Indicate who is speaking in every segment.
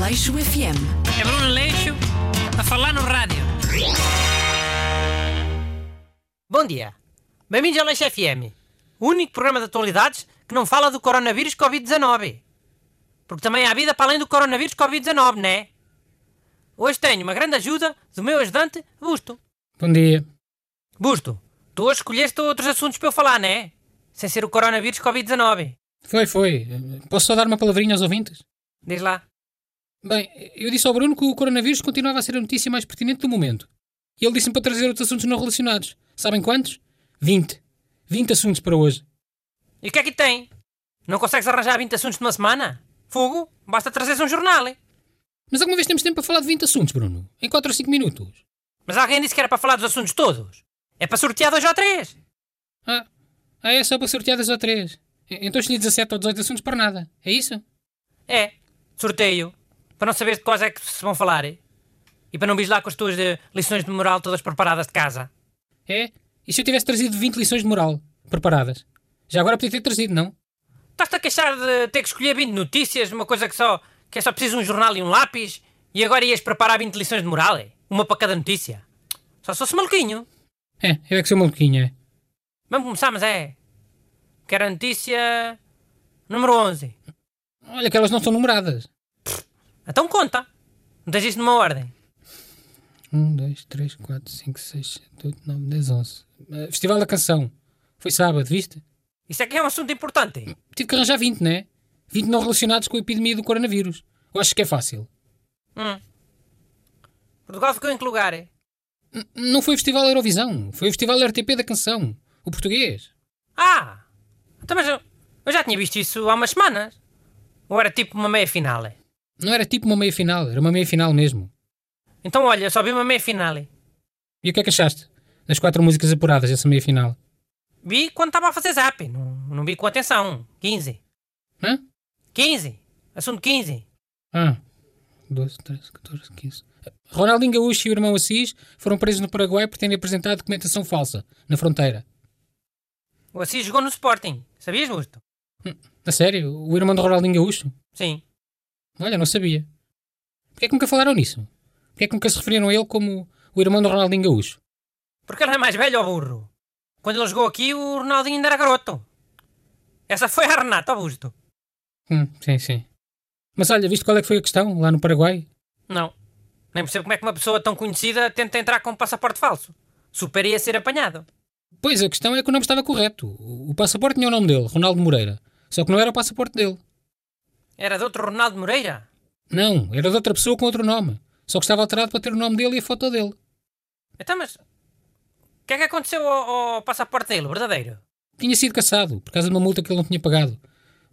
Speaker 1: Leixo FM.
Speaker 2: É Bruno Leixo a falar no rádio. Bom dia. Bem-vindos ao Leixo FM. O único programa de atualidades que não fala do coronavírus Covid-19. Porque também há vida para além do coronavírus Covid-19, né? Hoje tenho uma grande ajuda do meu ajudante, Busto.
Speaker 3: Bom dia.
Speaker 2: Busto, tu hoje escolheste outros assuntos para eu falar, né? Sem ser o coronavírus Covid-19.
Speaker 3: Foi, foi. Posso só dar uma palavrinha aos ouvintes?
Speaker 2: Diz lá.
Speaker 3: Bem, eu disse ao Bruno que o coronavírus continuava a ser a notícia mais pertinente do momento. E ele disse-me para trazer outros assuntos não relacionados. Sabem quantos? 20. 20 assuntos para hoje.
Speaker 2: E o que é que tem? Não consegues arranjar 20 assuntos numa semana? Fogo, basta trazeres um jornal. hein?
Speaker 3: Mas alguma vez temos tempo para falar de 20 assuntos, Bruno? Em 4 ou 5 minutos?
Speaker 2: Mas alguém disse que era para falar dos assuntos todos. É para sortear dois ou três.
Speaker 3: Ah, ah é só para sortear 10 ou 3. Então escolhi 17 ou 18 assuntos para nada. É isso?
Speaker 2: É, sorteio. Para não saber de quais é que se vão falar. hein? E para não vires lá com as tuas eh, lições de moral todas preparadas de casa.
Speaker 3: É? E se eu tivesse trazido 20 lições de moral preparadas? Já agora podia ter trazido, não?
Speaker 2: Estás-te a queixar de ter que escolher 20 notícias, uma coisa que só, que é só preciso um jornal e um lápis, e agora ias preparar 20 lições de moral? hein? Uma para cada notícia. Só se fosse maluquinho.
Speaker 3: É, eu é que sou maluquinho, é.
Speaker 2: Vamos começar, mas é. Quero a notícia. número 11.
Speaker 3: Olha que elas não são numeradas.
Speaker 2: Então conta. Não tens isto numa ordem.
Speaker 3: 1, 2, 3, 4, 5, 6, 7, 8, 9, 10, 11. Eh, Festival da Canção. Foi sábado, viste?
Speaker 2: Isso é que é um assunto importante.
Speaker 3: Tive que arranjar 20, né? 20 não relacionados com a epidemia do coronavírus. Eu acho que é fácil.
Speaker 2: Hum. Portugal ficou em que lugar? eh?
Speaker 3: N- não foi o Festival Eurovisão. Foi o Festival RTP da Canção. O português.
Speaker 2: Ah! Então, mas eu, eu já tinha visto isso há umas semanas. Ou era tipo uma meia-final? eh?
Speaker 3: Não era tipo uma meia-final. Era uma meia-final mesmo.
Speaker 2: Então, olha, eu só vi uma meia-final. eh.
Speaker 3: E o que é que achaste? Das quatro músicas apuradas, essa meia-final.
Speaker 2: Vi quando estava a fazer zap. Não, não vi com atenção. 15.
Speaker 3: Hã?
Speaker 2: 15. Assunto 15.
Speaker 3: Ah. 12, 13, 14, 15. Ronaldinho Gaúcho e o irmão Assis foram presos no Paraguai por terem apresentado documentação falsa na fronteira.
Speaker 2: O Assis jogou no Sporting. Sabias, Busto?
Speaker 3: A sério? O irmão do Ronaldinho Gaúcho?
Speaker 2: Sim.
Speaker 3: Olha, não sabia. Porquê é que nunca falaram nisso? Porquê é que nunca se referiram a ele como o irmão do Ronaldinho Gaúcho?
Speaker 2: Porque ele é mais velho, ó burro. Quando ele jogou aqui, o Ronaldinho ainda era garoto. Essa foi a Renata, ó Busto.
Speaker 3: Hum, sim, sim. Mas olha, viste qual é que foi a questão lá no Paraguai?
Speaker 2: Não. Nem percebo como é que uma pessoa tão conhecida tenta entrar com um passaporte falso. Super ia ser apanhado.
Speaker 3: Pois, a questão é que o nome estava correto. O o passaporte tinha o nome dele, Ronaldo Moreira. Só que não era o passaporte dele.
Speaker 2: Era de outro Ronaldo Moreira?
Speaker 3: Não, era de outra pessoa com outro nome. Só que estava alterado para ter o nome dele e a foto dele.
Speaker 2: Então, mas. O que é que aconteceu ao, ao passaporte dele, verdadeiro?
Speaker 3: Tinha sido caçado, por causa de uma multa que ele não tinha pagado.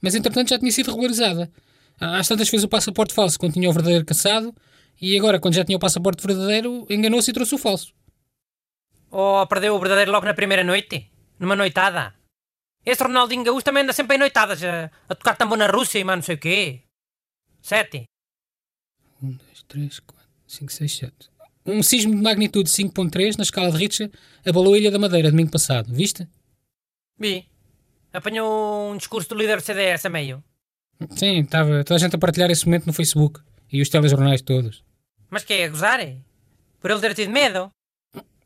Speaker 3: Mas entretanto já tinha sido regularizada. Há- Às tantas fez o passaporte falso quando tinha o verdadeiro caçado e agora, quando já tinha o passaporte verdadeiro, enganou-se e trouxe o falso.
Speaker 2: Ou perdeu o verdadeiro logo na primeira noite? Numa noitada? Esse Ronaldinho Gaúcho também anda sempre em noitadas, a, a tocar tambor na Rússia e mais não sei o quê. Sete.
Speaker 3: 1, 2, 3, 4, 5, 6, 7. Um sismo de magnitude 5.3 na escala de Richter abalou a Ilha da Madeira domingo passado, viste?
Speaker 2: Bi. Apanhou um discurso do líder do CDS a meio.
Speaker 3: Sim, estava toda a gente a partilhar esse momento no Facebook e os telejornais todos.
Speaker 2: Mas que é, a gozar? é? Por ele ter tido medo?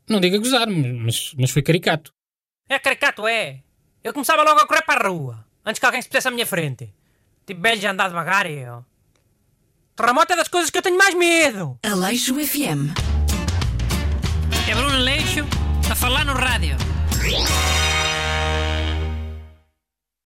Speaker 3: Não diga gozar, mas, mas foi caricato.
Speaker 2: É caricato, é. Eu começava logo a correr para a rua, antes que alguém se pusesse à minha frente. Tipo, velho já andar devagar e eu. Terremoto é das coisas que eu tenho mais medo.
Speaker 1: Aleixo FM.
Speaker 2: É Bruno Leixo a falar no rádio.